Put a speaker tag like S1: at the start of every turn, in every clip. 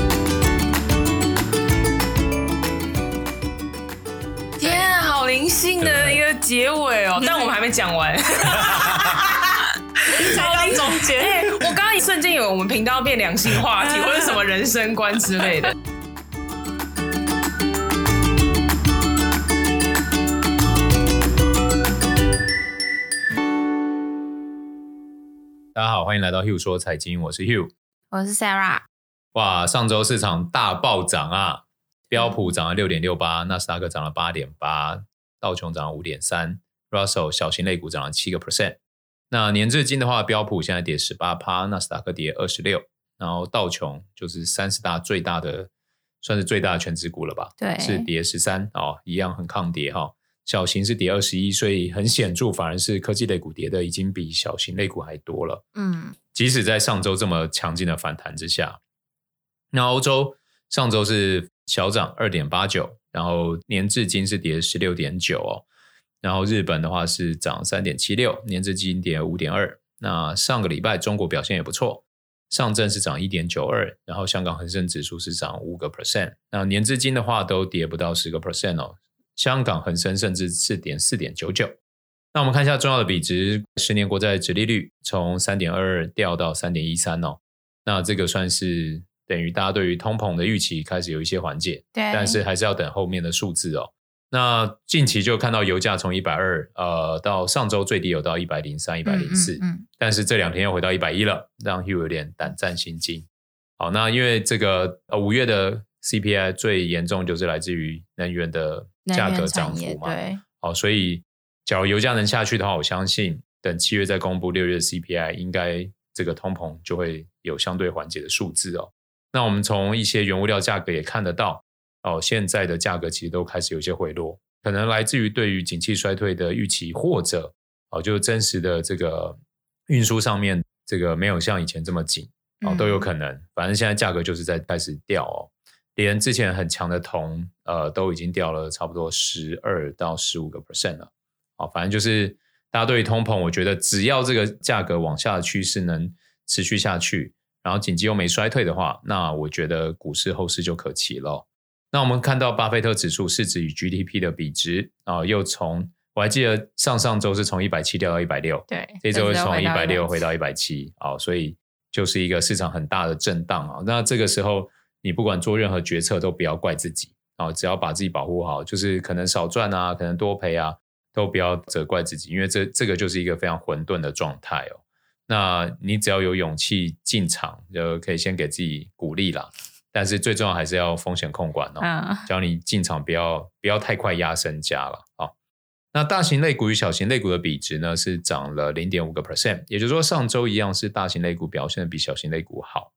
S1: 啊哦 哎瞬间有我们频道变良性话
S2: 嗯
S1: 题，或者什么人生观之类的。
S3: 大家好，欢迎来到 Hugh 说财经，我是 Hugh。
S2: 我是 Sarah，嗯
S3: 哇，上周市场大暴涨啊，标普涨了六点六八，纳斯达克涨了八点八，道琼涨了五点三，Russell 小型类股涨了七个 percent。那年至今的话，标普现在跌十八趴，纳斯达克跌二十六，然后道琼就是三十大最大的，算是最大的全指股了吧？
S2: 对
S3: 是跌十三哦，一样很抗跌哈、小型是跌二十一，所以很显著，反而是科技类股跌的已经比小型类股还多了。
S2: 嗯，
S3: 即使在上周这么强劲的反弹之下，那欧洲上周是小涨二点八九，然后年至今是跌十六点九哦，然后日本的话是涨三点七六，年至今跌五点二。那上个礼拜中国表现也不错，上证是涨一点九二，然后香港恒生指数是涨五个 percent，那年至今的话都跌不到十个 percent 哦，香港恒生甚至是点四点九九。那我们看一下重要的比值，十年国债殖利率从三点二二掉到三点一三哦。那这个算是等于大家对于通膨的预期开始有一些缓解，
S2: 对，
S3: 但是还是要等后面的数字哦。那近期就看到油价从一百二呃到上周最低有到一百零三、一
S2: 一
S3: 百零四，
S2: 嗯，
S3: 但是这两天又回到一百一了，让 Hugh 有点胆战心惊。好，那因为这个呃五月的 CPI 最严重就是来自于能源的
S2: 嗯能
S3: 价
S2: 源
S3: 格
S2: 产
S3: 涨
S2: 业
S3: 幅嘛，
S2: 对，
S3: 好，所以假如油价能下去的话，我相信等七月再公布六月的 CPI，应该这个通膨就会有相对缓解的数字哦。那我们从一些原物料价格也看得到，哦，现在的价格其实都开始有一些回落，可能来自于对于景气衰退的预期，或者哦，就是真实的这个运输上面这个没有像以前这么紧
S2: 嗯
S3: 哦，都有可能。反正现在价格就是在开始掉哦。连之前很强的铜，呃，都已经掉了差不多十二到十五个 percent 了。好，反正就是大家对于通膨，我觉得只要这个价格往下的趋势能持续下去，然后经济又没衰退的话，那我觉得股市后市就可期了。哦那我们看到巴菲特指数市值与 GDP 的比值啊、又从我还记得上上周是从一百七掉到一百六，
S2: 对，
S3: 这周
S2: 就是是
S3: 从一
S2: 到
S3: 百六
S2: 100
S3: 回到一百七，哦，所以就是一个市场很大的震荡啊、那这个时候，你不管做任何决策，都不要怪自己啊、哦只要把自己保护好，就是可能少赚啊，可能多赔啊，都不要责怪自己，因为这这个就是一个非常混沌的状态哦。那你只要有勇气进场，就可以先给自己鼓励啦。但是最重要还是要风险控管哦。
S2: 嗯，
S3: 教你进场不要不要太快压身家了啊。好那大型类股与小型类股的比值呢是涨了零点五个 percent，也就是说上周一样是大型类股表现的比小型类股好。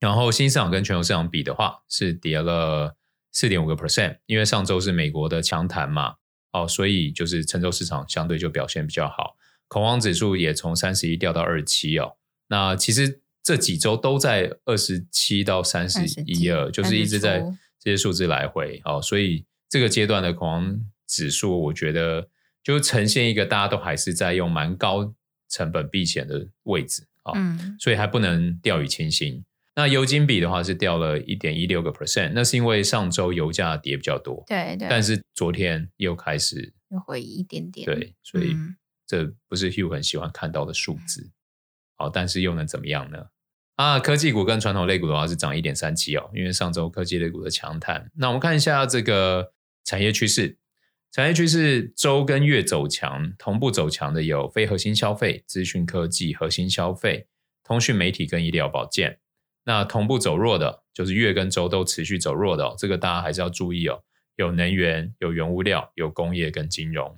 S3: 然后新市场跟全球市场比的话是跌了四点五个 percent，因为上周是美国的强弹嘛，哦，所以就是成州市场相对就表现比较好，恐慌指数也从三十一掉到二七哦。那其实这几周都在二十七到三十一
S2: 37
S3: 二，就是一直在
S2: 32
S3: 这些数字来回哦，所以这个阶段的恐慌指数，我觉得就呈现一个大家都还是在用蛮高成本避险的位置啊、哦
S2: 嗯，
S3: 所以还不能掉以轻心。那油金比的话是掉了一点一六个 percent，那是因为上周油价跌比较多，
S2: 对对，
S3: 但是昨天又开始
S2: 又回一点点，
S3: 对，所以
S2: 嗯
S3: 这不是 Hugh 很喜欢看到的数字。好，但是又能怎么样呢？啊，科技股跟传统类股的话是涨一点三七哦，因为上周科技类股的强弹。那我们看一下这个产业趋势，产业趋势周跟月走强，同步走强的有非核心消费、资讯科技、核心消费、通讯媒体跟医疗保健。那同步走弱的，就是月跟周都持续走弱的、哦，这个大家还是要注意哦。有能源、有原物料、有工业跟金融。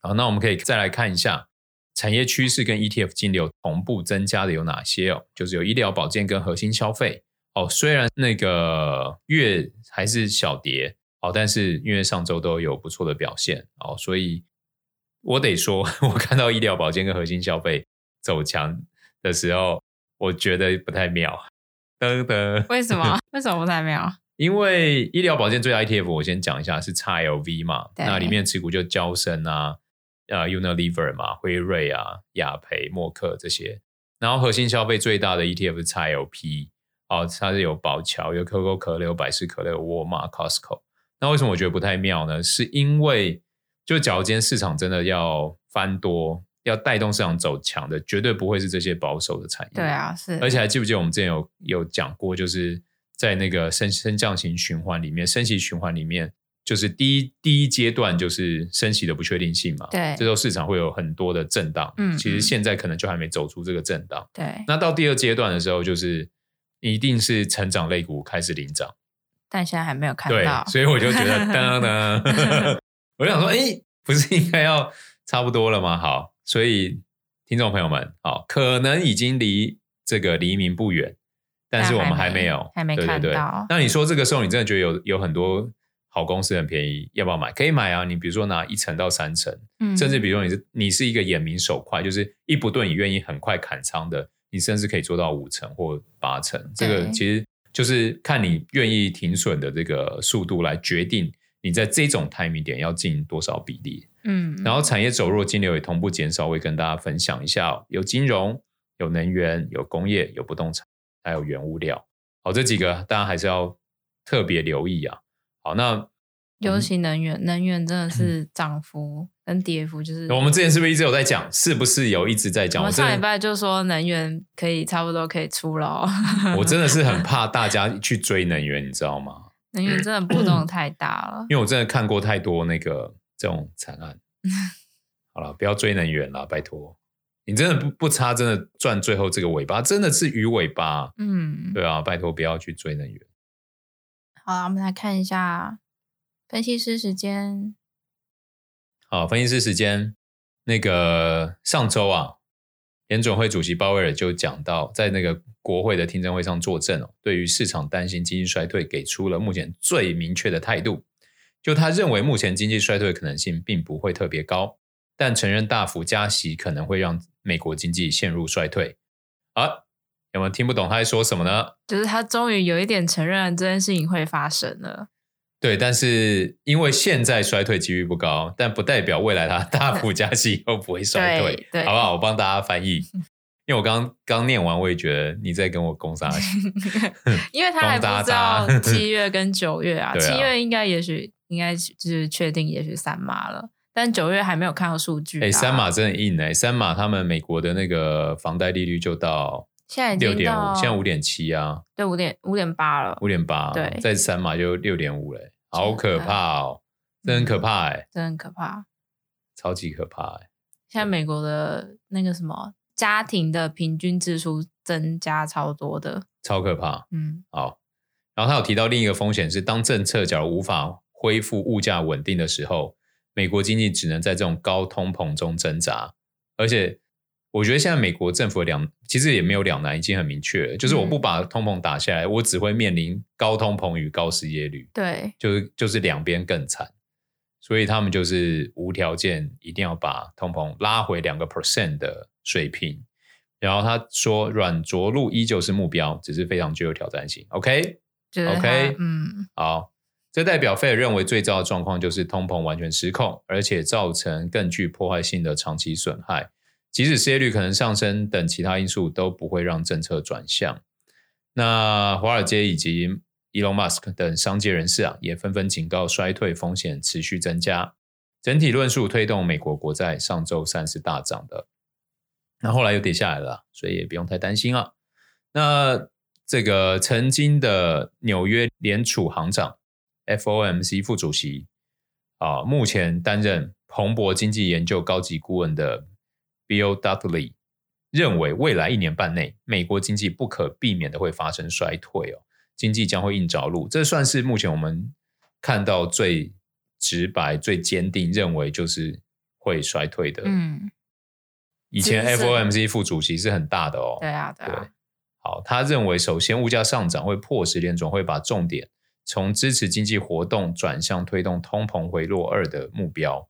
S3: 好，那我们可以再来看一下产业趋势跟 E ETF 金流同步增加的有哪些哦？就是有医疗保健跟核心消费哦。虽然那个月还是小跌哦，但是因为上周都有不错的表现哦，所以我得说， 我看到医疗保健跟核心消费走强的时候，我觉得不太妙。噔噔，
S2: 为什么？为什么不太妙？
S3: 因为医疗保健最大 ETF，我先讲一下是 XLV 嘛，
S2: 对
S3: 那里面持股就交生啊、呃 Unilever 嘛、辉瑞啊、雅培、默克这些。然后核心消费最大的 ETF 是 XLP，哦，它是有宝乔、有可口可乐、有百事可乐、有沃尔玛、Costco。那为什么我觉得不太妙呢？是因为就假如今天市场真的要翻多，要带动市场走强的，绝对不会是这些保守的产业。
S2: 对啊，是，
S3: 而且还记不记得我们之前有有讲过，就是在那个升升降型循环里面，升息循环里面，就是第一第一阶段就是升息的不确定性嘛，
S2: 对
S3: 这时候市场会有很多的震荡，
S2: 嗯
S3: 其实
S2: 嗯
S3: 现在可能就还没走出这个震荡。
S2: 对，
S3: 那到第二阶段的时候，就是一定是成长类股开始领涨，
S2: 但现在还没有看
S3: 对
S2: 到，，
S3: 所以我就 觉得当当，我就想说，哎，不是应该要差不多了吗？好，所以听众朋友们，好，可能已经离这个黎明不远，但是我们还没有，
S2: 还没
S3: 对对
S2: 看
S3: 对
S2: 到
S3: 那你说这个时候，你真的觉得有有很多好公司很便宜，要不要买？可以买啊，你比如说拿一层到三层，
S2: 嗯
S3: 甚至比如说你是你是一个眼明手快，就是一不对，你愿意很快砍仓的，你甚至可以做到五成或八成。这个
S2: 对
S3: 其实就是看你愿意停损的这个速度来决定你在这种 timing 点要进多少比例。
S2: 嗯，
S3: 然后产业走弱，金流也同步减少，我会跟大家分享一下哦、有金融、有能源、有工业、有不动产，还有原物料。好，这几个大家还是要特别留意啊。好，那
S2: 尤其能源，能源真的是涨幅跟跌幅就是
S3: 嗯我们之前是不是一直有在讲？是不是有一直在讲？
S2: 我
S3: 我
S2: 们
S3: 真
S2: 上
S3: 的
S2: 礼拜就说能源可以差不多可以出了哦，
S3: 我真的是很怕大家去追能源，你知道吗？
S2: 能源真的波动太大了。
S3: 因为我真的看过太多那个这种惨案。好了，不要追能源了，拜托。你真的不不差，真的赚最后这个尾巴，真的是鱼尾巴。
S2: 嗯，
S3: 对啊，拜托不要去追能源。
S2: 好啦，我们来看一下分析师时间，
S3: 好，分析师时间，那个上周啊，联准会主席鲍威尔就讲到，在那个国会的听证会上作证哦，对于市场担心经济衰退，给出了目前最明确的态度。就他认为，目前经济衰退的可能性并不会特别高，但承认大幅加息可能会让美国经济陷入衰退。啊，有没有听不懂他在说什么呢？
S2: 就是他终于有一点承认这件事情会发生了。
S3: 对，但是因为现在衰退几率不高，但不代表未来它大幅加息以后不会衰退，
S2: 对对
S3: 好不好？我帮大家 翻译，因为我刚刚念完，我也觉得你在跟我攻啥小？
S2: 因为他还不知道
S3: 咚哒哒
S2: 七月跟九月啊，
S3: 对啊
S2: 七月应该也许应该就是确定，也许三码了，但九月还没有看到数据、啊。
S3: 哎，三码真的硬哎、三码他们美国的那个房贷利率就到
S2: 现在已
S3: 六
S2: 经
S3: 点
S2: 到
S3: 五，现在五点七啊，
S2: 对五点五点八了
S3: 五，点八，
S2: 对
S3: 再三码就六点五嘞，好可怕哦，真的很可怕哎、
S2: 真的很可怕。
S3: 超级可怕哎、
S2: 现在美国的那个什么家庭的平均支出增加超多的，
S3: 超可怕。
S2: 嗯，
S3: 好，然后他有提到另一个风险是，当政策假如无法恢复物价稳定的时候，美国经济只能在这种高通膨中挣扎。而且，我觉得现在美国政府的两其实也没有两难，已经很明确了，就是我不把通膨打下来，我只会面临高通膨与高失业率，
S2: 对，
S3: 就是就是两边更惨。所以他们就是无条件一定要把通膨拉回两个 percent 的水平。然后他说，软着陆依旧是目标，只是非常具有挑战性。OK，
S2: 就是它
S3: OK
S2: 嗯，
S3: 好，这代表费尔认为最糟的状况就是通膨完全失控，而且造成更具破坏性的长期损害。即使失业率可能上升等其他因素都不会让政策转向。那华尔街以及 Elon Musk 等商界人士啊，也纷纷警告衰退风险持续增加。整体论述推动美国国债上周三是大涨的，那后来又跌下来了啊，所以也不用太担心啊。那这个曾经的纽约联储行长 FOMC 副主席啊，目前担任彭博经济研究高级顾问的 Bill Dudley 认为，未来一年半内，美国经济不可避免的会发生衰退哦，经济将会硬着陆。这算是目前我们看到最直白、最坚定认为就是会衰退的。
S2: 嗯，
S3: 以前
S2: 资深
S3: FOMC 副主席是很大的哦。
S2: 对啊，对
S3: 对
S2: 啊，，
S3: 好，他认为首先物价上涨会迫使联总会把重点从支持经济活动转向推动通膨回落二的目标，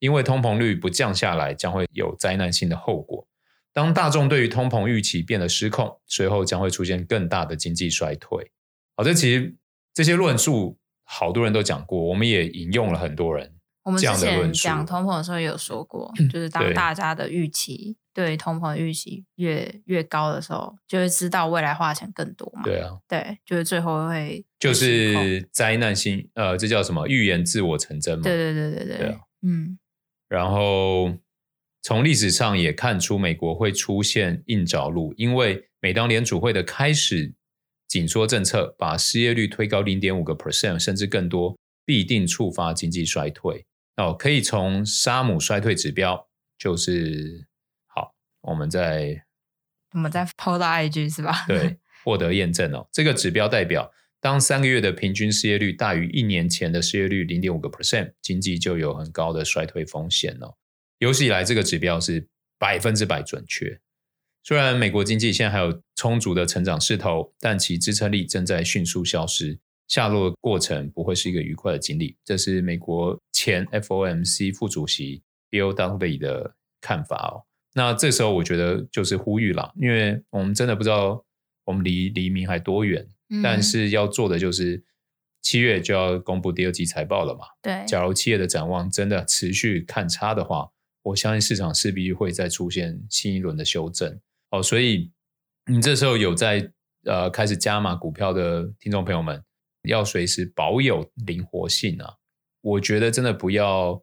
S3: 因为通膨率不降下来将会有灾难性的后果。当大众对于通膨预期变得失控，随后将会出现更大的经济衰退。好，这其实这些论述好多人都讲过，我们也引用了很多人。
S2: 我们
S3: 这
S2: 之
S3: 样的
S2: 前
S3: 论述嗯
S2: 讲通膨的时候也有说过，就是
S3: 对
S2: 当大家的预期对通膨的预期越越高的时候，就会知道未来花钱更多嘛。
S3: 对啊，
S2: 对，就是最后会
S3: 就
S2: 失控
S3: 是灾难性，呃，这叫什么？预言自我成真嘛。
S2: 嗯对对对对
S3: 对啊
S2: 嗯，
S3: 然后从历史上也看出美国会出现硬着陆，因为每当联储会的开始紧缩政策，把失业率推高零点五个 percent 甚至更多，必定触发经济衰退。哦，可以从沙姆衰退指标，就是好，我们在
S2: 我们再 PO 到 IG 是吧？
S3: 对，获得验证哦。这个指标代表，当三个月的平均失业率大于一年前的失业率零点五个 percent，经济就有很高的衰退风险哦。有史以来，这个指标是百分之百准确。虽然美国经济现在还有充足的成长势头，但其支撑力正在迅速消失，下落过程不会是一个愉快的经历。这是美国前 FOMC 副主席 Bill Dudley 的看法哦。那这时候我觉得就是呼吁啦，因为我们真的不知道我们离黎明还多远，
S2: 嗯
S3: 但是要做的就是七月就要公布第二季财报了嘛。
S2: 对，
S3: 假如企业的展望真的持续看差的话，我相信市场势必会再出现新一轮的修正哦。所以你这时候有在呃开始加码股票的听众朋友们，要随时保有灵活性啊。我觉得真的不要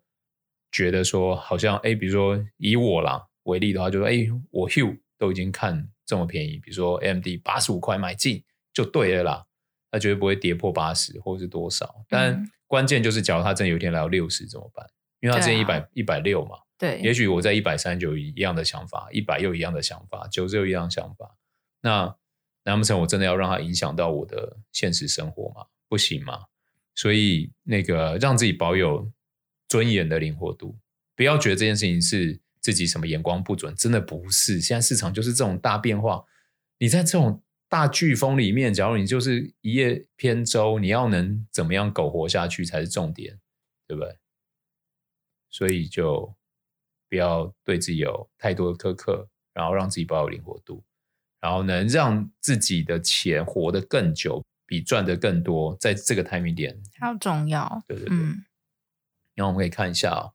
S3: 觉得说好像哎，诶比如说以我啦为例的话，就说哎，诶我 Hugh 都已经看这么便宜，比如说 AMD 八十五块买进就对了啦。它绝对不会跌破八十或者是多少。但
S2: 嗯
S3: 关键就是，假如它真的有一天来到六十怎么办？因为它之前一
S2: 对啊
S3: 百一百六嘛，
S2: 对，
S3: 也许我在一百三就有一样的想法，一百又一样的想法，九十又一样的想法。那难不成我真的要让它影响到我的现实生活吗？不行吗？所以那个让自己保有尊严的灵活度，不要觉得这件事情是自己什么眼光不准，真的不是。现在市场就是这种大变化，你在这种大飓风里面，假如你就是一叶扁舟，你要能怎么样苟活下去才是重点，对不对？所以就不要对自己有太多的苛刻，然后让自己保有灵活度，然后能让自己的钱活得更久，比赚得更多，在这个 timing 点，
S2: 好重要。
S3: 对对对。
S2: 嗯，
S3: 然后我们可以看一下哦，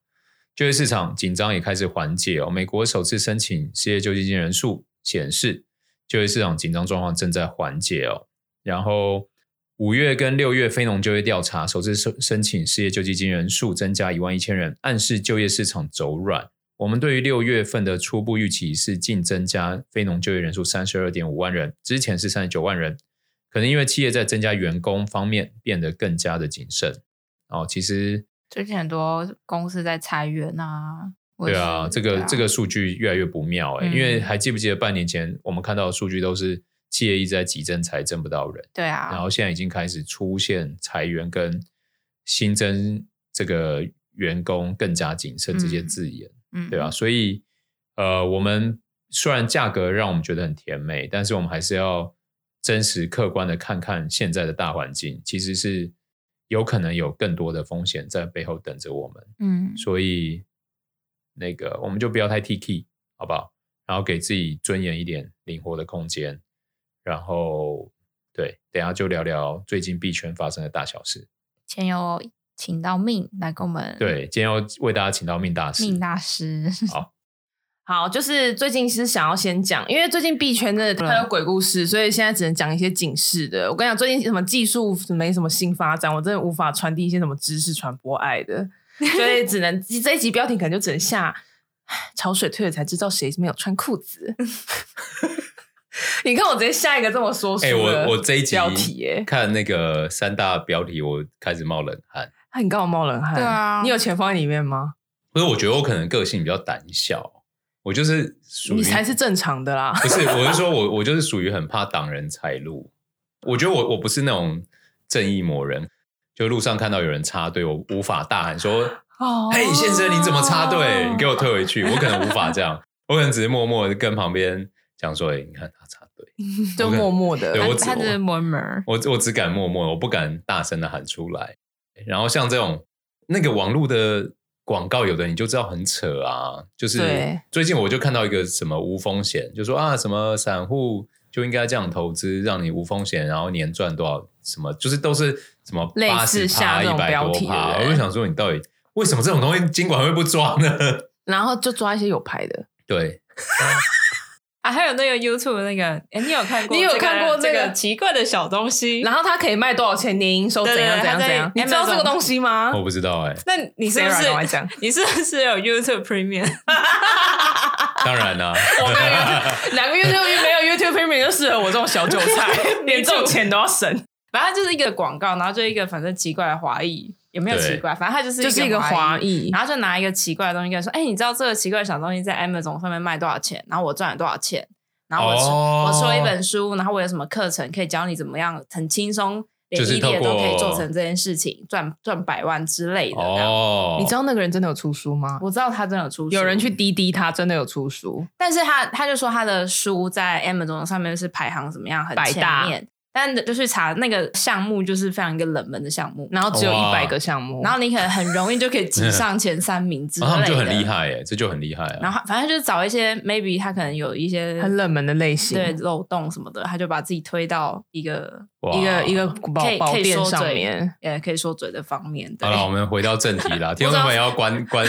S3: 就业市场紧张也开始缓解哦。美国首次申请失业救济金人数显示，就业市场紧张状况正在缓解哦。然后五月跟六月非农就业调查首次申申请失业救济金人数增加一万一千人，暗示就业市场走软。我们对于六月份的初步预期是净增加非农就业人数三十二点五万人，之前是三十九万人，可能因为企业在增加员工方面变得更加的谨慎。哦，其实
S2: 最近很多公司在裁员啊。或
S3: 对
S2: 者
S3: 啊，
S2: 是
S3: 这个
S2: 对啊
S3: 这个数据越来越不妙哎、
S2: 嗯
S3: 因为还记不记得半年前我们看到的数据都是企业一直在急增才增不到人，
S2: 对啊，
S3: 然后现在已经开始出现裁员跟新增这个员工更加谨慎这些
S2: 嗯
S3: 字眼，
S2: 嗯，
S3: 对啊，所以呃，我们虽然价格让我们觉得很甜美，但是我们还是要真实客观的看看现在的大环境，其实是有可能有更多的风险在背后等着我们。
S2: 嗯，
S3: 所以那个我们就不要太 T K，好不好？然后给自己尊严一点，灵活的空间。然后对，等一下就聊聊最近币圈发生的大小事。
S2: 前有请到命来跟我们
S3: 对，今天要为大家请到命大师。
S2: 命大师，
S1: 好，就是最近是想要先讲，因为最近币圈真的太多鬼故事，所以现在只能讲一些警示的。我跟你讲，最近什么技术没什么新发展，我真的无法传递一些什么知识传播爱 的，所以只能这一集标题可能就只能下唉潮水退了才知道谁没有穿裤子。 你看我直接下一个这么说书
S3: 哎、
S1: 的
S3: 我我这一集
S1: 标题、欸，
S3: 看那个三大标题，我开始冒冷汗。
S1: 哎，你刚我冒冷汗，
S2: 对啊
S1: 你有钱放在里面吗？
S3: 不是，我觉得我可能个性比较胆小，我就是属于
S1: 你才是正常的啦。
S3: 不是，我是说我我就是属于很怕挡人财路。我觉得我我不是那种正义魔人，就路上看到有人插队，我无法大喊说
S1: 哦：“
S3: 嘿，先生，你怎么插队？你给我退回去！”我可能无法这样，我可能只是默默的跟旁边讲说：“哎、你看他插队。
S1: 就默默 的，
S3: 对
S2: 他
S3: 我只
S2: 他是 murmur，
S3: 我”我只敢默默，我不敢大声的喊出来。然后像这种那个网络的广告，有的你就知道很扯啊，就是
S1: 对
S3: 最近我就看到一个什么无风险，就说啊什么散户就应该这样投资，让你无风险，然后年赚多少什么，就是都是什么
S1: 类
S3: 八
S1: 似
S3: 十
S1: 下
S3: 趴、
S1: 这
S3: 一
S1: 种
S3: 百
S1: 标
S3: 多
S1: 题
S3: 趴，
S1: 对
S3: 我就想说你到底为什么这种东西监管会不抓呢？
S1: 然后就抓一些有牌的。
S3: 对，
S2: 啊，还有那个 YouTube 的那个，哎，你有看过？
S1: 你有看过
S2: 这
S1: 那个
S2: 个奇怪的小东西？
S1: 然后它可以卖多少钱，年营收怎样
S2: 对对
S1: 怎样
S2: 它在
S1: 怎样？你知道
S2: Amazon
S1: 这个东西吗？
S3: 我不知道哎、
S2: 那你是不
S1: Sarah，
S2: 是
S1: 赶快讲？
S2: 你是不是有 YouTube Premium？
S3: 当然啦、
S1: 我没有 YouTube，两个 YouTube 没有 YouTube Premium 就适合我这种小韭菜， 连这种钱都要省，
S2: 反正就是一个广告，然后就一个反正奇怪的华裔，也没有奇
S3: 对
S2: 怪，反正他就是
S1: 就是一个华
S2: 裔。
S1: 裔。
S2: 然后就拿一个奇怪的东西跟你说：“哎、你知道这个奇怪的小东西在 Amazon 上面卖多少钱？然后我赚了多少钱？然后我出、
S3: 哦
S2: 我出了一本书，然后我有什么课程可以教你怎么样很轻松，连
S3: 就是
S2: 一列
S3: 透过
S2: 都可以做成这件事情，赚赚百万之类的。这样
S3: 哦，
S1: 你知道那个人真的有出书吗？
S2: 我知道他真的有出书，
S1: 有人去，滴滴他真的有出书，
S2: 但是他他就说他的书在 Amazon 上面是排行怎么样很
S1: 百
S2: 前
S1: 大
S2: 面，但就去查那个项目就是非常一个冷门的项目，
S1: 然后只有一
S3: 哇
S1: 百个项目，
S2: 然后你可能很容易就可以挤上前三名之类
S3: 嗯然
S2: 的，
S3: 哦后他们就很厉。害哎、这就很厉害啊。
S2: 然后反正就是找一些 maybe 他可能有一些
S1: 很冷门的类型，
S2: 对漏洞什么的，他就把自己推到一个
S3: 哇
S1: 一个一个宝
S2: 可以
S1: 宝
S2: 可以
S1: 店
S2: 说
S1: 上
S2: 嘴
S1: 面。
S2: 呃可以说嘴的方面。对
S3: 好，了，我们回到正题 啦，听众朋友要关关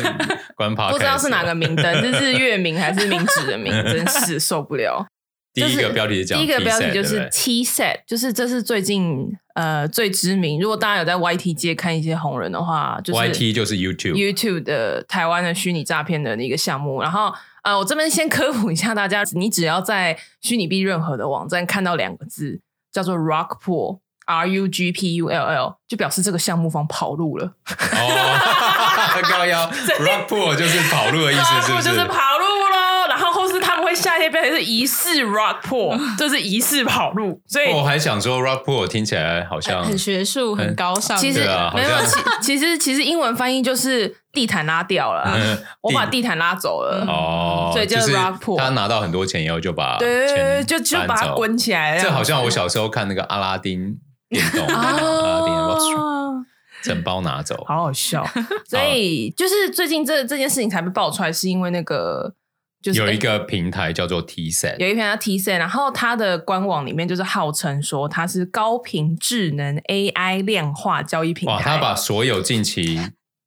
S3: 关 p
S1: 不知道是哪个明灯，是日月明还是明指的明，真是受不了。
S3: 第一个
S1: 就是
S3: 标题是讲
S1: 第一个
S3: T-set，
S1: 标题就
S3: 对不
S1: 是
S3: 对
S1: T set，就是这是最近呃最知名。如果大家有在 YT 界看一些红人的话，就是
S3: YT 就是 YouTube，
S1: YouTube 的台湾的虚拟诈骗的一个项目。然后呃，我这边先科普一下大家，你只要在虚拟币任何的网站看到两个字叫做 Rock Pool。R U G P U L L 就表示这个项目方跑路了，
S3: 哦，高 腰 Rock Pool 就是跑路的意思，是
S1: Rock
S3: 不
S1: Pool 啊就是跑路喽。然后或是他们会下一些标题是疑似 Rock Pool，就是疑似跑路，所以
S3: 哦我还想说 Rock Pool 听起来好像
S2: 很学术，很高尚。
S1: 其实
S3: 对啊好
S1: 没有，
S3: 像
S1: 其其实其实英文翻译就是地毯拉掉了啊，
S3: 嗯
S1: 我把地毯拉走了，
S3: 哦，
S1: 所以
S3: 就
S1: 就是
S3: 是
S1: Rock Pool
S3: 他拿到很多钱以后就把
S1: 对对对，
S3: 钱
S1: 就就
S3: 搬
S1: 把它
S3: 走
S1: 滚起来。啊
S3: 这
S1: 样
S3: 好像我小时候看那个阿拉丁电 动， 阿拉丁的 Rock
S1: 啊，
S3: 整包拿走，
S1: 哦好 好笑。所以就是最近这这件事情才被爆出来，是因为那个就是
S3: 有一个平台叫做 T Set，
S1: 有一篇叫 T C，然后它的官网里面就是号称说它是高频智能 AI 量化交易平
S3: 哇，他
S1: 台，
S3: 把所有近 期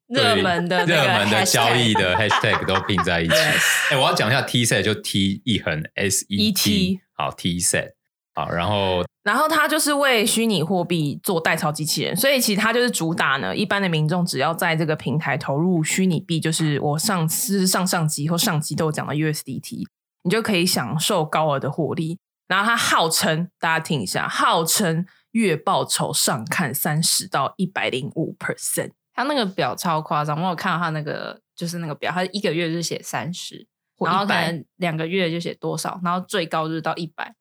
S2: 热
S3: 对
S2: 门的那个
S3: 热门的
S2: hashtag
S3: 交易的 hashtag 都拼在一起。哎，我要讲一下 T set，就 T 一横 S E
S1: ET
S3: T，好 T set，好，然后
S1: 然后它就是为虚拟货币做代操机器人，所以其实它就是主打呢，一般的民众只要在这个平台投入虚拟币，就是我上次上上集或上集都有讲到 USDT，你就可以享受高额的获利。然后它号称，大家听一下，号称月报酬上看三十到一百零五 percent，
S2: 他那个表超夸张，我有看到他那个就是那个表，他一个月就写三十，
S1: 或
S2: 然后
S1: 100
S2: 可能两个月就写多少，然后最高就是到一百，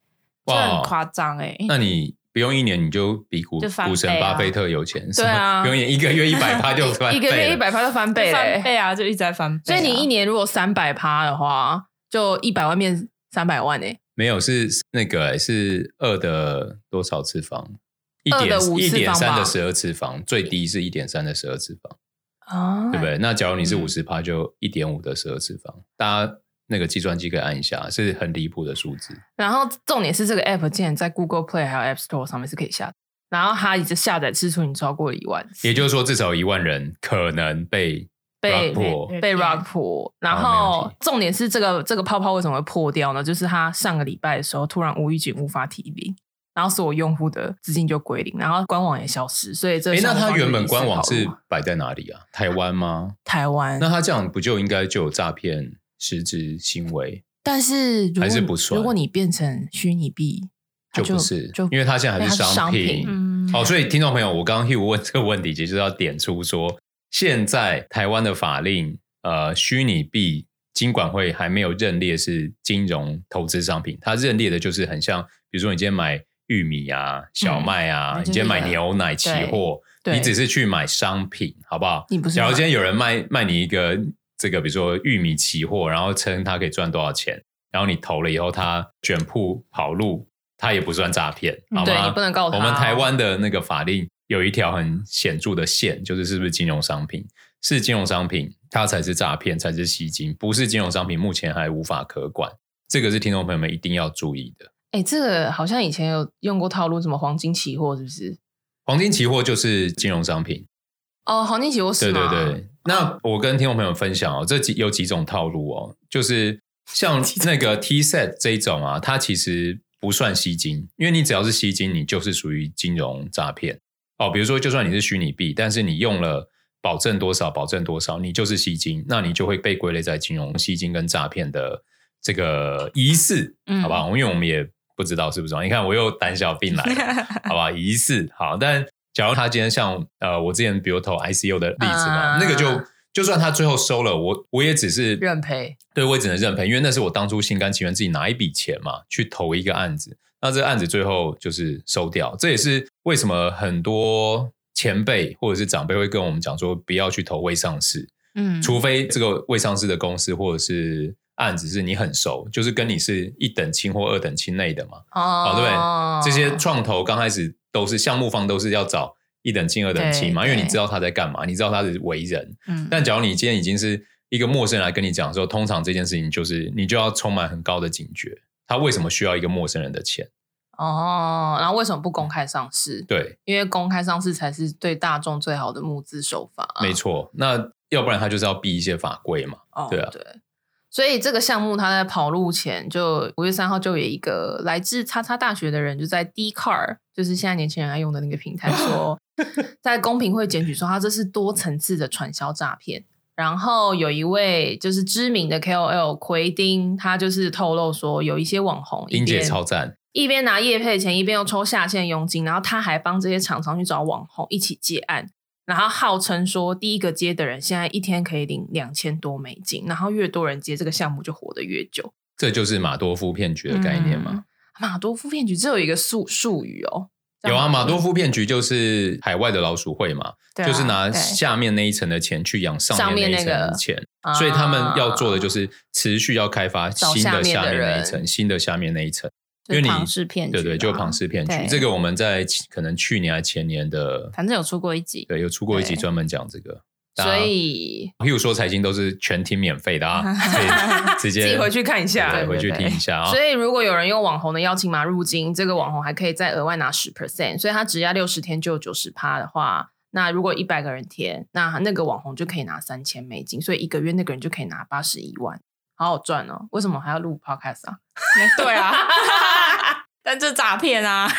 S2: 这
S3: 哇哦
S2: 很夸张哎。
S3: 那你不用一年你就比股
S2: 就翻倍啊
S3: 股神巴菲特有钱，
S1: 对
S3: 什
S1: 啊
S3: 么不用一年一个月一 百趴就翻
S1: 一个
S3: 倍
S1: 月
S3: 了
S1: 一百趴就翻
S2: 就
S1: 倍了、
S2: 翻倍啊，就一直在翻倍
S1: 所
S2: 啊、
S1: 以你一年如果三百趴的话，就一百万变三百万诶、欸
S3: 没有是那个欸是二的多少次方？一
S1: 二
S3: 点
S1: 的五
S3: 一
S1: 次
S3: 点
S1: 方
S3: 三
S1: 吧
S3: 的十二次方，最低是一点三的十二次方，
S1: 啊
S3: 对不对？那假如你是
S2: 嗯
S3: 五十趴，就一点五的十二次方。大家那个计算机可以按一下，是很离谱的数字。
S1: 然后重点是这个 app 竟然在 Google Play 还有 App Store 上面是可以下载，然后它已经下载次数已经超过了一万次，
S3: 也就是说，至少有一万人可能被
S1: 被
S3: rug pull
S1: 被 rug 破。然
S3: 没
S1: 后
S3: 问题
S1: 重点是这个这个泡泡为什么会破掉呢？就是它上个礼拜的时候突然无预警无法提零。然后所有用户的资金就归零，然后官网也消失，所以这
S3: 诶，那它
S1: 它
S3: 原本官网是摆在哪里啊？台湾吗？
S1: 台湾
S3: 那，它这样不就应该就有诈骗实质行为？
S1: 但是如果
S3: 还是不算
S1: 如果你变成虚拟币，它
S3: 就不是
S1: 就，
S3: 因为它现在还
S1: 因为它是商
S3: 商
S1: 品
S2: 嗯，
S3: 哦，所以听众朋友，我刚刚 Hugh 问这个问题，其实就是要点出说，现在台湾的法令，呃，虚拟币金管会还没有认列是金融投资商品，它认列的就是很像，比如说你今天买玉米啊、小麦啊，
S2: 嗯
S3: 你今天买牛奶期货，
S1: 对
S3: 你只是去买商品，好不好？
S2: 嗯
S1: 你不是
S3: 假如
S1: 买
S3: 今天有人卖卖你一个这个，比如说玉米期货，然后称它可以赚多少钱，然后你投了以后，它卷铺跑路，它也不算诈骗，好吗？
S1: 对你不能告他哦
S3: 我们台湾的那个法令有一条很显著的线，就是是不是金融商品？是金融商品，它才是诈骗，才是吸金；不是金融商品，目前还无法可管。这个是听众朋友们一定要注意的。
S1: 哎、这个好像以前有用过套路，什么黄金期货是不是？
S3: 黄金期货就是金融商品，
S1: 哦，黄金期货
S3: 对
S1: 是
S3: 对
S1: 吗？
S3: 对。那我跟听众朋友分享哦，这几有几种套路哦，就是像那个 T set 这一种啊，它其实不算吸金，因为你只要是吸金，你就是属于金融诈骗哦。比如说，就算你是虚拟币，但是你用了保证多少，保证多少，你就是吸金，那你就会被归类在金融吸金跟诈骗的这个疑似，
S2: 嗯
S3: 好不好？因为我们也不知道是不是，你看我又胆小病来了。 好吧，疑似好，但假如他今天像呃，我之前比如投 ICU 的例子嘛，
S1: 啊
S3: 那个就就算他最后收了，我我也只是
S1: 认赔，
S3: 对我也只能认赔，因为那是我当初心甘情愿自己拿一笔钱嘛，去投一个案子，那这个案子最后就是收掉，这也是为什么很多前辈或者是长辈会跟我们讲说，不要去投未上市，
S2: 嗯，
S3: 除非这个未上市的公司或者是。案子是你很熟，就是跟你是一等亲或二等亲内的嘛，
S1: 哦
S3: 对这些创投刚开始都是项目方都是要找一等亲、二等亲嘛，因
S2: 对
S3: 为你知道他在干嘛，你知道他是为人。
S2: 嗯
S3: 但假如你今天已经是一个陌生人来跟你讲的时候，通常这件事情就是你就要充满很高的警觉，他为什么需要一个陌生人的钱？
S1: 哦，然后为什么不公开上市？
S3: 对，
S1: 因为公开上市才是对大众最好的募资手法
S2: 嗯
S1: 啊、
S3: 没错。那要不然他就是要避一些法规嘛。
S1: 哦，
S3: 对啊
S1: 所以这个项目，他在跑路前，就五月三号就有一个来自叉叉大学的人，就在 d c a r 就是现在年轻人爱用的那个平台 说，在公平会检举说他这是多层次的传销诈骗。然后有一位就是知名的 KOL 奎丁，他就是透露说，有一些网红一
S3: 英姐
S1: 边
S3: 超赞，
S1: 一边拿业配钱，一边又抽下线佣金，然后他还帮这些厂商去找网红一起接案，然后号称说第一个接的人现在一天可以领两千多美金，然后越多人接这个项目就活得越久。嗯
S3: 这就是马多夫骗局的概念嘛。
S1: 马多夫骗局只有一个术术语哦，这
S3: 有
S1: 样
S3: 啊，
S1: 吗
S3: 马多夫骗局就是海外的老鼠会嘛，
S2: 对啊
S3: 就是拿
S2: 对
S3: 下面那一层的钱去养上
S1: 上
S3: 面
S1: 面
S3: 那一层
S1: 那
S3: 的
S1: 个
S3: 钱。
S1: 啊
S3: 所以他们要做的就是持续要开发新
S1: 找下
S3: 的
S1: 面
S3: 下
S1: 的
S3: 面那一
S1: 人
S3: 层，新的下面那一层，
S2: 就
S3: 因为
S2: 是
S3: 你
S2: 庞氏骗局
S3: 对
S2: 啊，
S3: 对，就庞氏骗局
S2: 对。
S3: 这个我们在其可能去年还前年的，
S2: 反正有出过一集，
S3: 对有出过一集
S2: 对
S3: 专门讲这个。大家
S1: 所以
S3: 譬如说财经都是全听免费的 啊，所以直接
S1: 自己回去看一下
S3: 对，
S2: 对
S3: 回去
S2: 对
S3: 听一下啊。
S1: 所以，如果有人用网红的邀请码入金，这个网红还可以再额外拿十 percent，所以他只要六十天就有九十趴的话，那如果一百个人填，那那个网红就可以拿三千美金，所以一个月那个人就可以拿八十一万，好好赚哦！为什么还要录 podcast 啊？
S2: 对啊， 但这诈骗啊，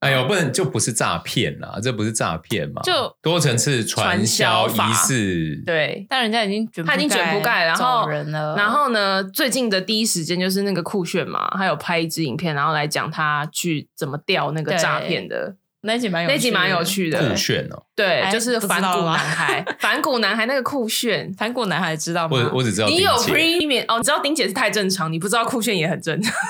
S3: 哎呦，不能就不是诈骗啊，这不是诈骗嘛，
S1: 就
S3: 多层次传销
S1: 传销法
S3: 疑似，
S1: 对。
S2: 但人家已经卷
S1: 他已经卷铺盖了然后
S2: 走人了，
S1: 然后呢？最近的第一时间就是那个酷炫嘛，他有拍一支影片，然后来讲他去怎么钓那个
S2: 对
S1: 诈骗的，
S2: 那集蛮有
S1: 那集蛮有
S2: 的。
S1: 趣的
S3: 酷。炫哦。
S1: 对，
S2: 哎
S1: 就是
S2: 不知
S1: 反
S2: 道
S1: 骨
S2: 了吗
S1: 男孩， 反骨男孩那个酷炫，
S2: 反骨男孩知道吗？
S3: 我我只知道
S1: 你
S3: 丁
S1: 有
S3: 姐
S1: premium 哦，你知道丁姐是太正常，你不知道酷炫也很正常。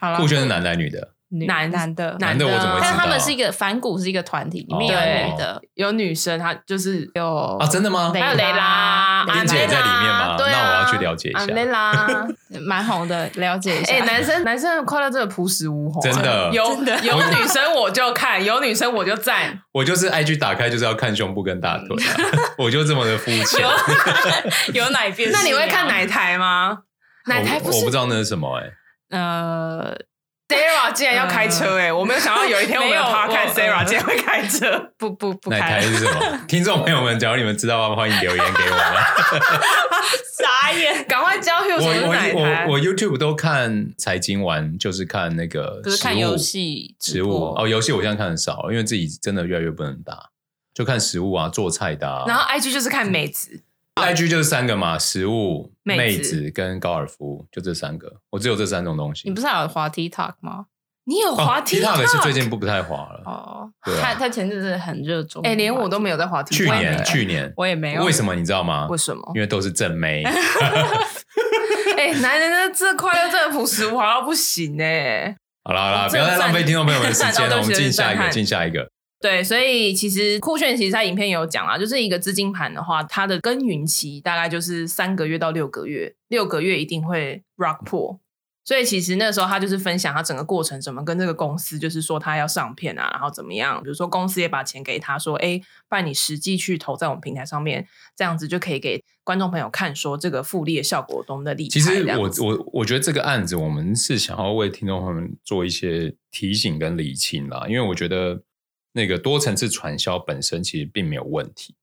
S2: 好了，
S3: 酷炫是男的还是女的？
S2: 女
S1: 男
S2: 男的，
S3: 男的我怎么会知道
S2: 但
S3: 啊
S2: 他们是一个反骨是一个团体，里面
S1: 哦
S2: 有女的，
S1: 有女生，她就是
S2: 有
S3: 啊，真的吗？
S2: 对
S1: 还有雷拉，
S2: 雷拉丁
S1: 安
S2: 姐也
S1: 蕾拉
S3: 在里面吗
S1: 对啊、
S3: 那我要去了解一下
S1: 安蕾拉，
S2: 蛮红的，了解一下。
S1: 哎、男生男生的快乐真的朴实无华，
S3: 真的
S1: 有
S2: 真的
S1: 有女生我就看，有女生我就赞，
S3: 我就是 IG 打开就是要看胸部跟大腿、啊，我就这么的肤浅。
S2: 有奶变
S1: 那你会看？哪一台吗？哪一啊台
S3: 我
S1: 不
S3: 我不
S1: 是
S3: 知道那是什么哎、欸，
S2: 呃，
S1: Sarah 竟然要开车哎、我没有想到有一天我们的
S2: 嗯 没有
S1: p 看
S2: 我
S1: Sarah
S2: 呃
S1: 竟然会开车，
S2: 不不不
S3: 哪一
S2: 看
S3: 台
S2: 了，
S3: 是什么？听众朋友们，假如你们知道的话，欢迎留言给我们。
S2: 傻眼。
S1: 赶快教 Hugh
S3: 我
S1: 说是哪一
S3: 我
S1: 台
S3: 我我 YouTube 都看财经玩，就是看那个
S2: 不是看
S3: 食物
S2: 游戏
S3: 食
S2: 直
S3: 物
S2: 播
S3: 哦，游戏我现在看的少了，因为自己真的越来越不能打，就看食物啊，做菜的、啊。
S1: 然后 IG 就是看妹子，
S3: IG 就是三个嘛，食物、
S1: 妹子
S3: 妹子跟高尔夫，就这三个，我只有这三种东西。
S2: 你不是还有滑 TikTok 吗？
S1: 你有滑啊
S3: 哦 TikTok 也
S1: TikTok
S3: 是最近不不太滑了。
S2: 哦，
S3: 对啊
S2: 他他前阵子很热衷，
S1: 哎、连我都没有在滑 TikTok。
S3: 去
S2: 我也没
S3: 年
S2: 有
S3: 去年
S2: 我也没有，
S3: 为什么你知道吗
S1: 为？什么？
S3: 因为都是正妹，
S1: 哎、男人的这快乐真的朴实无华到不行哎、
S3: 好啦好啦，
S1: 我
S3: 不
S1: 真的
S3: 要再浪费
S1: 赞
S3: 听众朋友们的时
S1: 哦
S3: 间
S1: 对
S3: 了，
S1: 不
S3: 我
S1: 起
S3: 们进
S1: 我是
S3: 下一
S1: 赞
S3: 个，
S1: 叹
S3: 进下一个。
S1: 对，所以其实酷炫其实在影片也有讲啦，就是一个资金盘的话，它的耕耘期大概就是三个月到六个月，六个月一定会 rock 破。所以其实那时候他就是分享他整个过程怎么跟这个公司，就是说他要上片啊，然后怎么样，比如说公司也把钱给他说，哎，不然你实际去投在我们平台上面，这样子就可以给观众朋友看说这个复利的效果有多么的厉害。
S3: 其实
S1: 这样
S3: 我
S1: 子
S3: 我我觉得这个案子，我们是想要为听众朋友们做一些提醒跟理清啦，因为我觉得那个多层次传销本身其实并没有问题。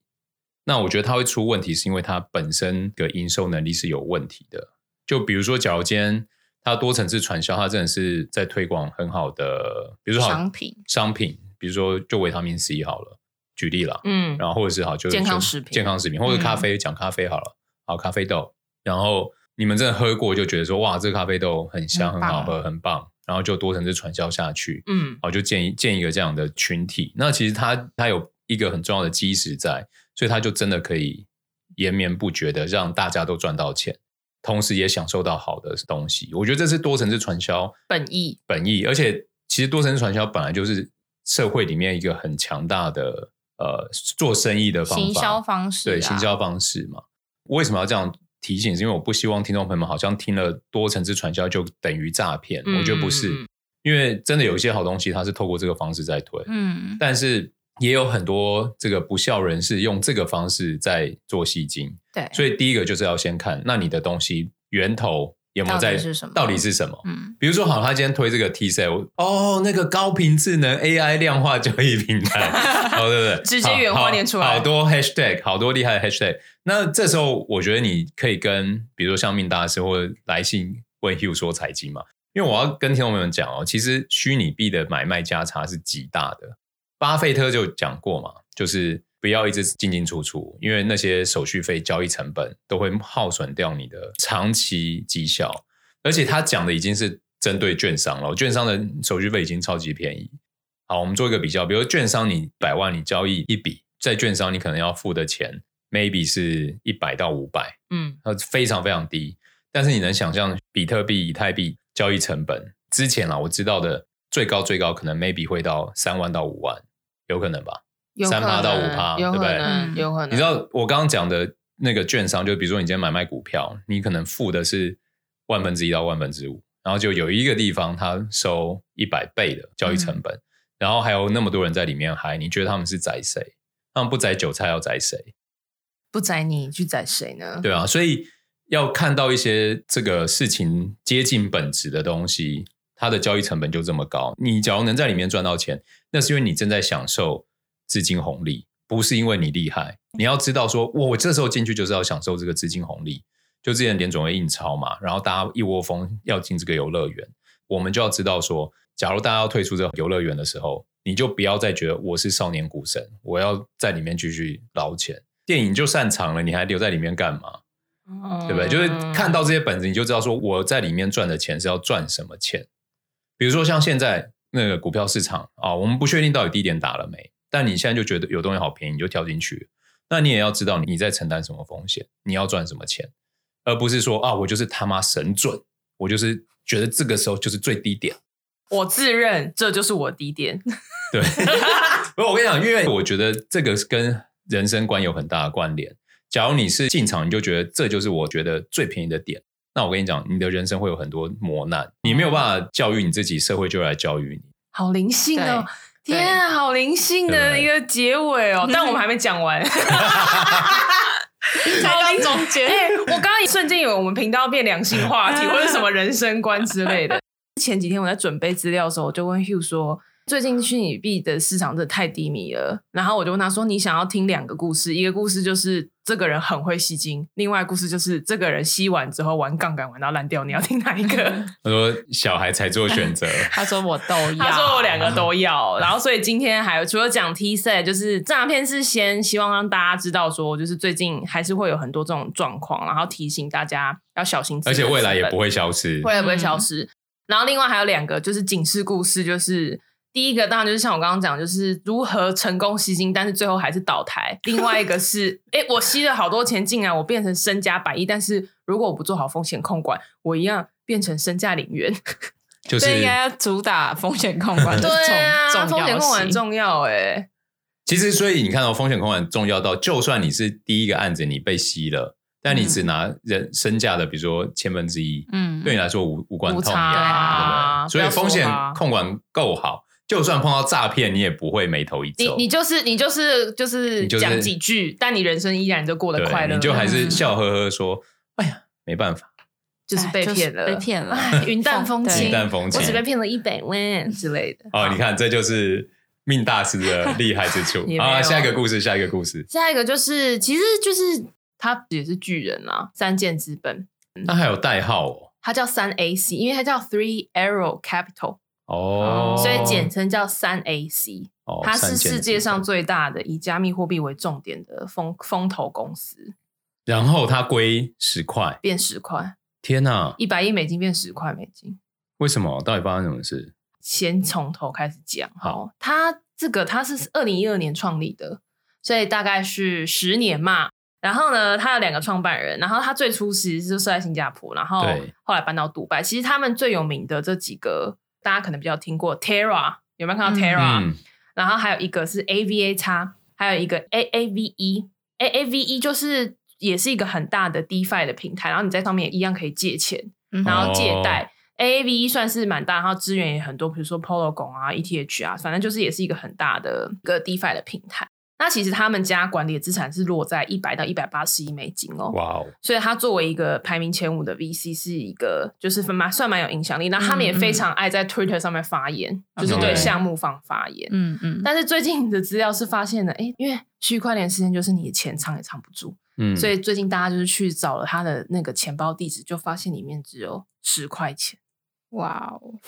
S3: 那我觉得它会出问题，是因为它本身的营收能力是有问题的。就比如说，假如今天它多层次传销，它真的是在推广很好的，比如说好
S2: 商品
S3: 商品，比如说就维他命 C 好了，举例啦，
S1: 嗯，
S3: 然后或者是好就是
S1: 健康
S3: 就
S1: 食品嗯
S3: 健康食品或者咖啡，讲咖啡好了，好咖啡豆，然后你们真的喝过就觉得说哇，这个咖啡豆很香，
S2: 很
S3: 很
S2: 棒
S1: 啊
S3: 好喝，很棒，然后就多层次传销下去，
S1: 嗯，
S3: 好，就建议建一个这样的群体。那其实它它有一个很重要的基石在，所以它就真的可以延绵不绝的让大家都赚到钱，同时也享受到好的东西。我觉得这是多层次传销
S1: 本意
S3: 本意，而且其实多层次传销本来就是社会里面一个很强大的呃做生意的方法，
S2: 行销方式、啊，
S3: 对行销方式嘛。为什么要这样提醒？是因为我不希望听众朋友们好像听了多层次传销就等于诈骗，我觉得不是。
S1: 嗯嗯嗯
S3: 因为真的有一些好东西，它是透过这个方式在推，
S2: 嗯，
S3: 但是也有很多这个不孝人士用这个方式在做戏精。
S2: 对，
S3: 所以第一个就是要先看，那你的东西源头有没有在
S2: 到底是什么
S3: 到底是什么？
S2: 嗯，
S3: 比如说，好，他今天推这个 T C，哦，那个高频智能 AI 量化交易平台， 哦，对不对？
S1: 直接原话
S3: 好好
S1: 念出来
S3: 好多 hashtag，好多厉害的 hashtag。那这时候，我觉得你可以跟，比如说像命大师或者来信问 Hugh 说财经嘛，因为我要跟听众朋友们讲哦，其实虚拟币的买卖价差是极大的。巴菲特就讲过嘛，就是不要一直进进出出，因为那些手续费、交易成本都会耗损掉你的长期绩效。而且他讲的已经是针对券商了，券商的手续费已经超级便宜。好，我们做一个比较，比如券商你百万你交易一笔，在券商你可能要付的钱，maybe 是一百到五百，
S1: 嗯
S3: 呃，非常非常低。但是你能想象比特币、以太币交易成本之前啊啦，我知道的最高最高可能 maybe 会到三万到五万，有可能吧？
S1: 有可
S3: 3%
S1: 能
S3: 到5%
S1: 有
S3: 对
S1: 可
S3: 不对
S1: 能，
S2: 嗯
S1: 有可能，
S3: 你知道我刚刚讲的那个券商，就比如说你今天买卖股票，你可能付的是万分之一到万分之五，然后就有一个地方它收一百倍的交易成本，然后还有那么多人在里面嗨，你觉得他们是宰谁？他们不宰韭菜要宰谁？
S1: 不宰你去宰谁呢？
S3: 对啊，所以要看到一些这个事情接近本质的东西，它的交易成本就这么高。你假如能在里面赚到钱，那是因为你正在享受资金红利，不是因为你厉害。你要知道说，我我这时候进去就是要享受这个资金红利。就之前联总会印钞嘛，然后大家一窝蜂要进这个游乐园，我们就要知道说，假如大家要退出这个游乐园的时候，你就不要再觉得我是少年股神，我要在里面继续捞钱。电影就擅长了，你还留在里面干嘛？对不对？就是
S1: 嗯
S3: 看到这些本子，你就知道说我在里面赚的钱是要赚什么钱。比如说像现在那个股票市场啊、我们不确定到底低点打了没，但你现在就觉得有东西好便宜，你就跳进去。那你也要知道你在承担什么风险，你要赚什么钱，而不是说啊，我就是他妈神准，我就是觉得这个时候就是最低点。
S1: 我自认这就是我的低点，
S3: 对，不是我跟你讲，因为我觉得这个是跟人生观有很大的关联。假如你是进场，你就觉得这就是我觉得最便宜的点，那我跟你讲，你的人生会有很多磨难，你没有办法教育你自己，社会就来教育你。
S1: 好灵性哦！
S2: 对
S1: 天啊，好灵性的一个结 尾哦！但我们还没讲完，
S2: 才到中间
S1: 哎、我刚刚一瞬间以为我们频道变两性话题，或者什么人生观之类的。前几天我在准备资料的时候，我就问 Hugh 说，最近虚拟币的市场真的太低迷了。然后我就问他说，你想要听两个故事，一个故事就是这个人很会吸金，另外一个故事就是这个人吸完之后玩杠杆玩到烂掉，你要听哪一个？
S3: 他说：“小孩才做选择，
S2: 他说我都要，
S1: 他说我两个都 要，然后所以今天还有除了讲 T C，就是诈骗是先希望让大家知道说，就是最近还是会有很多这种状况，然后提醒大家要小心自
S3: 而且
S1: 己的资本，
S3: 未来也不会消失。
S1: 未来不会消失。然后另外还有两个就是警示故事，就是。第一个当然就是像我刚刚讲，就是如何成功吸金，但是最后还是倒 台。另外一个是，哎、我吸了好多钱进来，我变成身家百亿，但是如果我不做好风险控管，我一样变成身价零元。
S3: 就是
S2: 所以应该要主打风险控管的
S1: 对 啊，
S2: 重重
S1: 风险
S2: 要
S1: 控管很
S2: 性。
S1: 重要哎、
S3: 其实，所以你看到、风险控管重要到，就算你是第一个案子，你被吸了，但你只拿人身价的，比如说千分之一，
S2: 嗯，
S3: 对你来说无无关
S1: 无
S3: 痛
S1: 差
S3: 痒，对不对？
S1: 啊不要
S3: 所以风险
S1: 说吧
S3: 控管够好，就算碰到诈骗，你也不会眉头一
S1: 你
S3: 皱，
S1: 你就是你就是就是
S3: 你就是
S1: 讲几句，但你人生依然就过得快
S3: 对，
S1: 乐，
S3: 你就还是
S2: 嗯
S3: 笑呵呵说：“哎呀，没办法，
S1: 就是被骗了，
S2: 哎就是被骗了
S1: 哎云淡风
S2: 对
S1: 轻，
S3: 云淡风轻
S1: 我只被骗了一百万之类的。
S3: 哦，
S1: 好
S3: 你看，这就是命大师 的厉害之处
S1: 也没有
S3: 啊！下一个故事，下一个故事，
S1: 下一个就是，其实就是他也是巨人啊，三箭资本。
S3: 那还有代号哦。
S1: 它叫三 AC，因为它叫 Three Arrow Capital，、
S3: 哦，
S1: 所以简称叫三 AC。
S3: 哦
S1: 它是
S3: 三箭
S1: 世界
S3: 之
S1: 上
S3: 头
S1: 最大的以加密货币为重点的风风投公司，
S3: 然后它归十块，
S1: 变十块，
S3: 天哪！
S1: 一百亿美金变十块美金。
S3: 为什么？到底发生什么事？
S1: 先从头开始讲。
S3: 好
S1: 好，它这个它是二零一二年创立的，所以大概是十年嘛。然后呢，它有两个创办人，然后它最初其实就是在新加坡，然后
S3: 对
S1: 后来搬到杜拜。其实他们最有名的这几个，大家可能比较听过 Terra，有没有看
S2: 嗯
S1: 到 Terra？、
S3: 嗯，
S1: 然后还有一个是 AVA 叉，还有一个 AAVE。AAVE E 就是也是一个很大的 DeFi 的平台，然后你在上面一样可以借钱。
S2: 嗯
S1: 然后
S3: 哦
S1: 借贷。AAV E 算是蛮大，然后资源也很多，比如说 Polygon 啊、ETH 啊，反正就是也是一个很大的一个 DeFi 的平台。那其实他们家管理的资产是落在一百到一百八十亿美金哦，
S3: 哇哦，
S1: 所以它作为一个排名前五的 VC 是一个就是分蛮算蛮有影响力。那他们也
S2: 嗯嗯
S1: 非常爱在 Twitter 上面发言，就是对
S3: OK
S1: 项目方发言。
S2: 嗯嗯，
S1: 但是最近的资料是发现了，哎，因为区块链事件就是你的钱藏也藏不住，
S3: 嗯，
S1: 所以最近大家就是去找了他的那个钱包地址，就发现里面只有十块钱，
S2: 哇哦，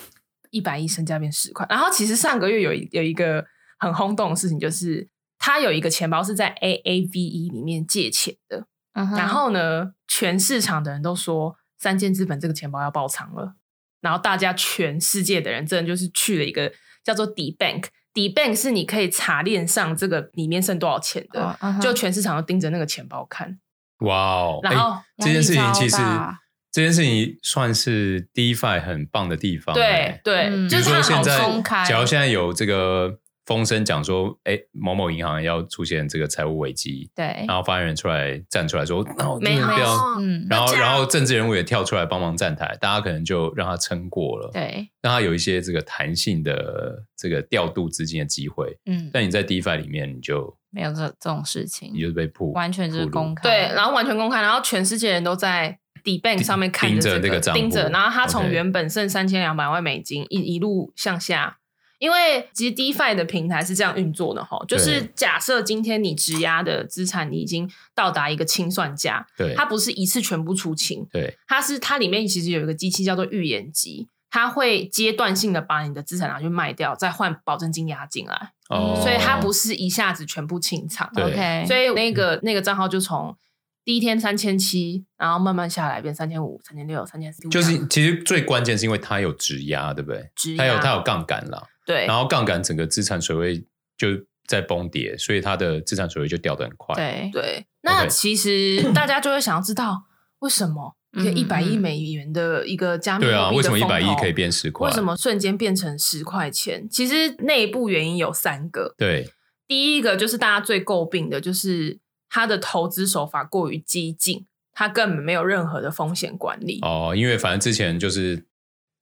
S1: 一百亿身价变十块。然后其实上个月有一有一个很轰动的事情，就是他有一个钱包是在 AAVE E 里面借钱的，
S3: 嗯
S1: 然
S2: 然
S1: 后呢，全市场的人都说三箭资本这个钱包要爆仓了，然后大家全世界的人真的就是去了一个叫做 D Bank。D Bank 是你可以查链上这个里面剩多少钱
S3: 哦
S2: 哦
S1: 的，
S2: 嗯
S1: 就全市场都盯着那个钱包看。
S3: 哇哦，嗯
S1: 然
S3: 哎
S1: 后
S3: 这件事情
S2: 压力
S3: 其实
S2: 超大
S3: 这件事情算是 DeFi 很棒的地方，
S1: 对
S3: 哎
S1: 对，
S2: 嗯
S1: 就
S3: 比
S1: 是
S3: 如
S1: 它
S3: 说现
S1: 好
S3: 在
S1: 冲
S2: 公开
S3: 假如现在有这个风声讲说，哎，某某银行要出现这个财务危机，
S2: 对，
S3: 然后发言人出来站出来说，那我
S1: 没
S3: 真的
S1: 有
S3: 不
S1: 哦
S3: 要。
S2: 嗯，
S3: 然后，
S1: 那这样
S3: 然后政治人物也跳出来帮忙站台，大家可能就让他撑过了，
S2: 对，
S3: 让他有一些这个弹性的这个调度资金的机会。
S2: 嗯，
S3: 但你在 DeFi 里面，你就
S2: 没有这这种事情
S3: 你，就是被曝，
S2: 完全就是
S3: 曝露
S2: 公开，
S1: 对，然后完全公开，然后全世界人都在 D Bank 上面看
S3: 盯着
S1: 这
S3: 那个账户
S1: 盯着，然后它从
S3: OK
S1: 原本剩三千两百万美金一一路向下。因为其实 DeFi 的平台是这样运作的哈，就是
S3: 对
S1: 假设今天你质押的资产你已经到达一个清算价，
S3: 对
S1: 它不是一次全部出清，
S3: 对
S1: 它是它里面其实有一个机器叫做预言机，它会阶段性的把你的资产拿去卖掉，再换保证金押进来，
S3: 哦，
S1: 嗯所以它不是一下子全部清仓。
S3: 对
S2: OK，
S1: 所以那个那个账号就从第一天三千七，然后慢慢下来变三千五、三千六、三千四，
S3: 就是其实最关键是因为它有质押，对不对？
S1: 质
S3: 它有
S1: 押
S3: 它有杠杆啦，
S1: 对，
S3: 然后杠杆整个资产水位就在崩跌，所以它的资产水位就掉得很快。
S2: 对，
S1: 对。那
S3: OK
S1: 其实大家就会想要知道，为什么一个
S2: 嗯
S1: 一百亿
S2: 嗯
S1: 美元的一个加密
S3: 对啊，
S1: 货币
S3: 为什
S1: 的
S3: 么一百亿
S1: 风投
S3: 可以？变十块？
S1: 为什？么瞬间变成十块钱？其实内部原因有三个。
S3: 对
S1: 第一个就是大家最诟病的，就是他的投资手法过于激进，他根本没有任何的风险管理。
S3: 哦，因为反正之前就是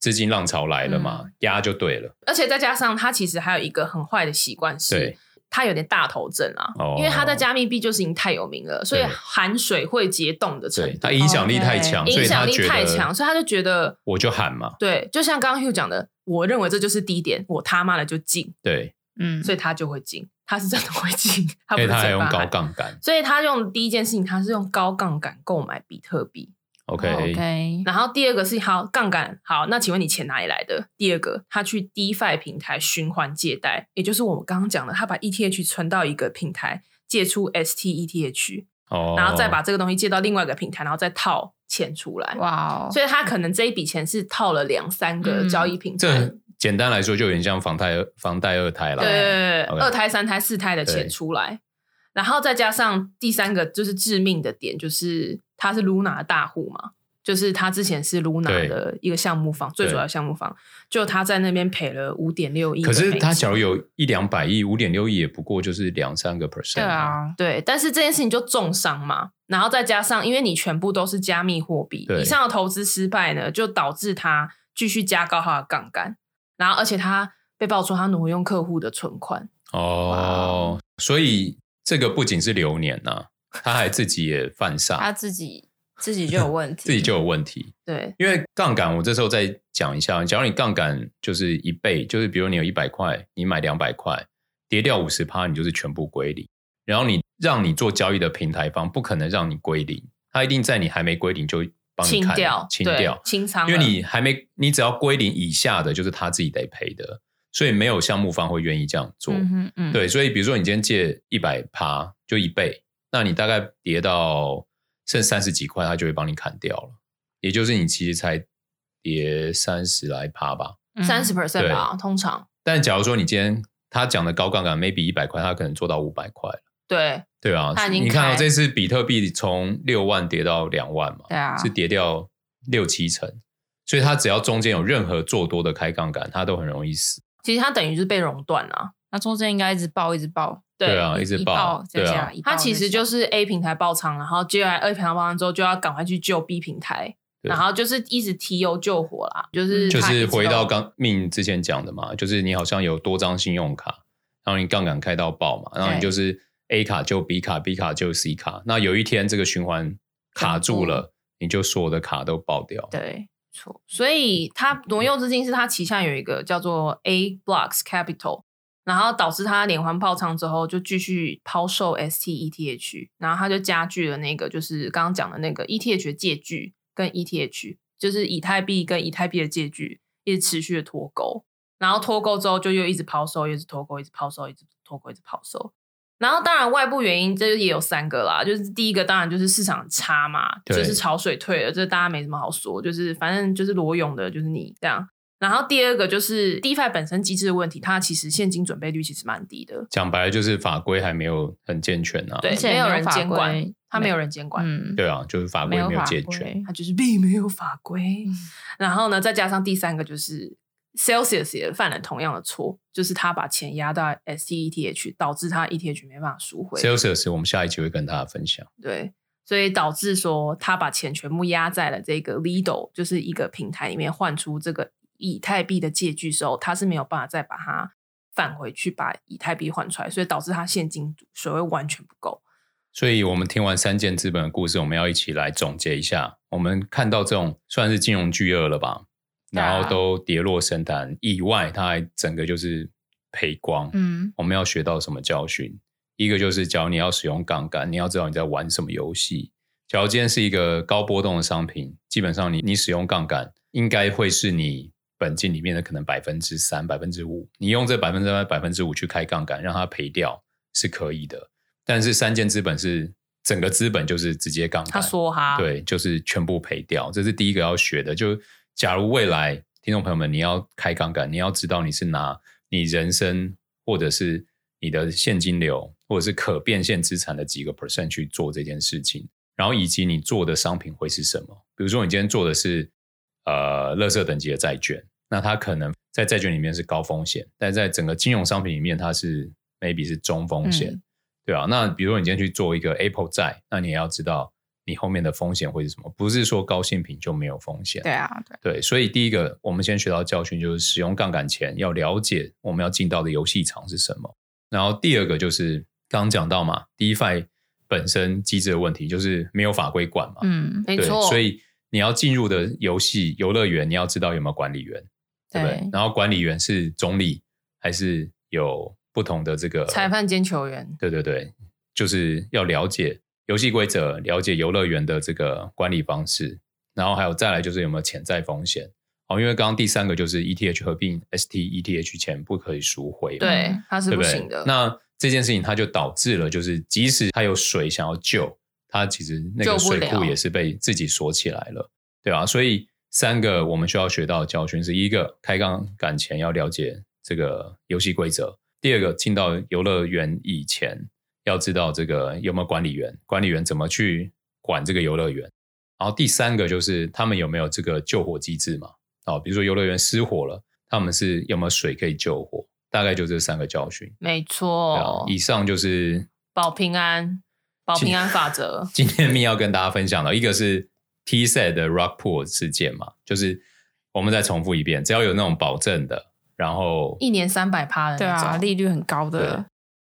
S3: 资金浪潮来了
S1: 嗯
S3: 嘛，压就对了。
S1: 而且再加上他其实还有一个很坏的习惯
S3: 对
S1: 是，他有点大头症啊，
S3: 哦
S1: 因为他在加密币就是已经太有名了，所以
S3: 对
S1: 含水会结冻的程
S3: 对，
S1: 度
S3: 它，影响力太强，
S2: 哦
S3: 所
S1: 影
S3: 以他
S1: 响力
S3: 觉得
S1: 太强，所以他就觉得
S3: 我就喊嘛。
S1: 对，就像刚刚 Hugh 讲的，我认为这就是低点，我他妈的就进，
S3: 对，
S2: 嗯，
S1: 所以他就会进，他是真的会进，他
S3: 因
S1: 不
S3: 为哎他
S1: 是
S3: 还
S1: 嘴
S3: 用
S1: 巴
S3: 高
S1: 喊。
S3: 杠杆。
S1: 所以他用第一件事情，他是用高杠杆购买比特币，
S3: OK，
S2: OK，
S1: 然后第二个是好杠杆，好，那请问你钱哪里来的？第二个，他去 DeFi 平台循环借贷，也就是我们刚刚讲的，他把 ETH 存到一个平台，借出 STETH，
S3: 哦，
S1: 然后再把这个东西借到另外一个平台，然后再套钱出来。
S2: 哇哦，
S1: 所以他可能这一笔钱是套了两三个
S2: 嗯
S1: 交易平台，
S3: 这简单来说就有点像房贷房贷二胎啦。
S1: 对对对对
S3: OK
S1: 二胎、三胎、四胎的
S3: 对
S1: 钱出来，然后再加上第三个就是致命的点，就是他是 Luna 的大户嘛，就是他之前是 Luna
S3: 对
S1: 的一个项目方，最主要的项目方，就他在那边赔了五点六亿的
S3: 可
S1: 美金。
S3: 是他假如有一两百亿，五点六亿也不过就是两三个 percent。
S2: 对，啊，
S1: 对，但是这件事情就重伤嘛，然后再加上因为你全部都是加密货币，
S3: 对
S1: 以上的投资失败呢，就导致他继续加高他的杠杆，然后而且他被爆出他挪用客户的存款。
S3: 哦，所以这个不仅是流年呐、他还自己也犯
S2: 他
S3: 煞，
S2: 自己自己就有问题，
S3: 自己就有问题。
S1: 对，
S3: 因为杠杆，我这时候再讲一下，假如你杠杆就是一倍，就是比如你有一百块，你买两百块，跌掉五十趴，你就是全部归零。然后你让你做交易的平台方不可能让你归零，他一定在你还没归零就帮你
S1: 清
S3: 砍
S1: 掉，
S3: 清
S1: 对
S3: 掉，
S1: 清仓了，
S3: 因为你还没，你只要归零以下的，就是他自己得赔的，所以没有项目方会愿意这样做。
S2: 嗯哼嗯，
S3: 对，所以比如说你今天借一百趴，就一倍，那你大概跌到剩三十几块，他就会帮你砍掉了，也就是你其实才跌三十来趴吧。
S2: 嗯，
S1: 三十 percent
S3: 对
S1: 吧，通常
S3: 但假如说你今天他讲的高杠杆，maybe 一百块，他可能做到五百块了，
S1: 对
S3: 对啊
S1: 他已，经
S3: 你看
S1: 开
S3: 到这次比特币从六万跌到两万嘛，
S2: 对啊，
S3: 是跌掉六七成，所以他只要中间有任何做多的开杠杆，他都很容易死。
S1: 其实它等于是被熔断啊了、
S2: 那中间应该一直爆一直爆，
S3: 对啊，
S2: 一
S3: 一直
S2: 爆
S3: 爆，
S2: 再
S3: 对
S2: 加
S3: 啊，
S2: 一爆再加，
S1: 它其实就是是 A 平台爆仓，然后接下来 A 平台爆仓之后，就要赶快去救 B 平台，
S3: 对
S1: 然后就是一直提油救火啦，就是
S3: 就
S1: 它一
S3: 是
S1: 直都
S3: 回到刚命之前讲的嘛，就是你好像有多张信用卡，然后你杠杆开到爆嘛，然后你就是 A 卡救 B 卡，B 卡救 C 卡，那有一天这个循环卡住了，你就所有的卡都爆掉。
S2: 对，错，
S1: 所以它挪用资金是它旗下有一个叫做 A Blocks Capital，然后导致它连环爆仓之后就继续抛售 STETH，然后它就加剧了那个就是刚刚讲的那个 ETH 的借据跟 ETH，就是以太币跟以太币的借据一直持续的脱钩，然后脱钩之后就又一直抛售，又一直脱钩，一直抛售，一直脱钩，一直抛售。然后当然外部原因这也有三个啦，就是第一个当然就是市场差嘛，就
S3: 对
S1: 是潮水退了，这大家没什么好说，就是反正就是裸泳的，就是你这样。然后第二个就是 DeFi 本身机制的问题，它其实现金准备率其实蛮低的，
S3: 讲白了就是法规还没有很健全啊。
S1: 对
S2: 而，且
S1: 没有
S2: 没有
S1: 人
S2: 法
S1: 监管
S2: 规，
S1: 它没有人监管，
S2: 嗯，
S3: 对啊，就是法规没有
S2: 法
S3: 健全。
S2: 规，
S1: 它就是并没有法规。
S3: 嗯
S1: 然后呢，再加上第三个就是 Celsius 也犯了同样的错，就是他把钱压到 STETH，导致他 ETH 没办法赎回。
S3: Celsius，我们下一期会跟大家分享。
S1: 对，所以导致说他把钱全部压在了这个 Lido，就是一个平台里面换出这个以太币的借据之后，他是没有办法再把它返回去把以太币换出来，所以导致他现金水位完全不够。
S3: 所以，我们听完三件资本的故事，我们要一起来总结一下。我们看到这种算是金融巨鳄了吧，
S2: 对啊
S3: 然后都跌落神坛，意外，它还整个就是赔光。
S2: 嗯，
S3: 我们要学到什么教训？一个就是，假如你要使用杠杆，你要知道你在玩什么游戏。假如今天是一个高波动的商品，基本上你你使用杠杆，应该会是你本金里面的可能百分之三、百分之五。你用这百分之三、百分之五去开杠杆，让它赔掉是可以的。但是三件资本是整个资本就是直接杠杆，
S1: 他说哈，，
S3: 哎对，就是全部赔掉，这是第一个要学的。就假如未来听众朋友们，你要开杠杆，你要知道你是拿你人生或者是你的现金流或者是可变现资产的几个 percent 去做这件事情，然后以及你做的商品会是什么。比如说，你今天做的是呃，垃圾等级的债券，那它可能在债券里面是高风险，但在整个金融商品里面，它是 maybe 是中风险。
S2: 嗯
S3: 对啊，那比如说你今天去做一个 Apple 债，那你也要知道你后面的风险会是什么，不是说高性品就没有风险。
S2: 对啊，对，
S3: 对，所以第一个，我们先学到教训，就是使用杠杆前要了解我们要进到的游戏场是什么。然后第二个就是刚刚讲到嘛，DeFi 本身机制的问题，就是没有法规管嘛，
S2: 嗯，
S1: 没
S3: 对
S1: 错，，
S3: 所以你要进入的游戏游乐园，你要知道有没有管理员，对不对
S2: 对？
S3: 然后管理员是中立还是有不同的这个
S1: 裁判兼球员，
S3: 对对对，就是要了解游戏规则，了解游乐园的这个管理方式，然后还有再来就是有没有潜在风险。哦，因为刚刚第三个就是 ETH 合并 E STETH 前不可以赎回嘛，
S1: 对，他是
S3: 嗯对
S1: 不
S3: 不
S1: 行
S3: 对
S1: 的。？
S3: 那这件事情它就导致了，就是即使它有水想要救，它其实那
S1: 救
S3: 个
S1: 不
S3: 水
S1: 了
S3: 库也是被自己锁起来了，对啊，所以三个我们需要学到的教训是：一个开杠杆前要了解这个游戏规则；第二个进到游乐园以前要知道这个有没有管理员，管理员怎么去管这个游乐园；然后第三个就是他们有没有这个救火机制嘛？哦，比如说游乐园失火了，他们是有没有水可以救火？大概就这三个教训。
S1: 没
S3: 对啊
S1: 错，
S3: 以上就是。
S1: 保平安，保平安法则
S3: 今天密要跟大家分享的，一个是 T set 的 Rock Pool 事件嘛，就是我们再重复一遍，只要有那种保证的，然后
S1: 一年三百趴的
S2: 对
S1: 那种
S2: 啊，利率很高的，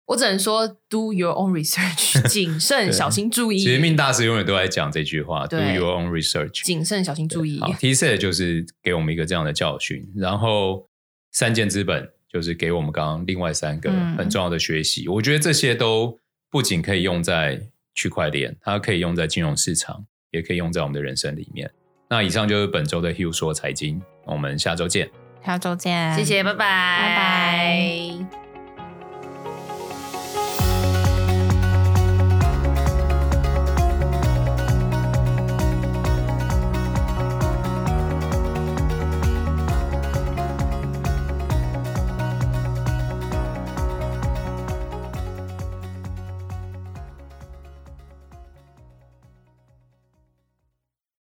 S1: 我只能说，do your own research，谨慎、
S3: 对
S1: 小心、注意。
S3: 其实命大师永远都在讲这句话，Do
S1: 对
S3: your own research。
S1: 谨慎、小心、注意。
S3: 好，T set 就是给我们一个这样的教训，然后三件资本就是给我们刚刚另外三个
S2: 嗯
S3: 很重要的学习。我觉得这些都不仅可以用在区块链，它可以用在金融市场，也可以用在我们的人生里面。那以上就是本周的 Hugh 说财经，我们下周见。
S2: 下周见，
S4: 谢谢，拜拜，
S2: 拜拜。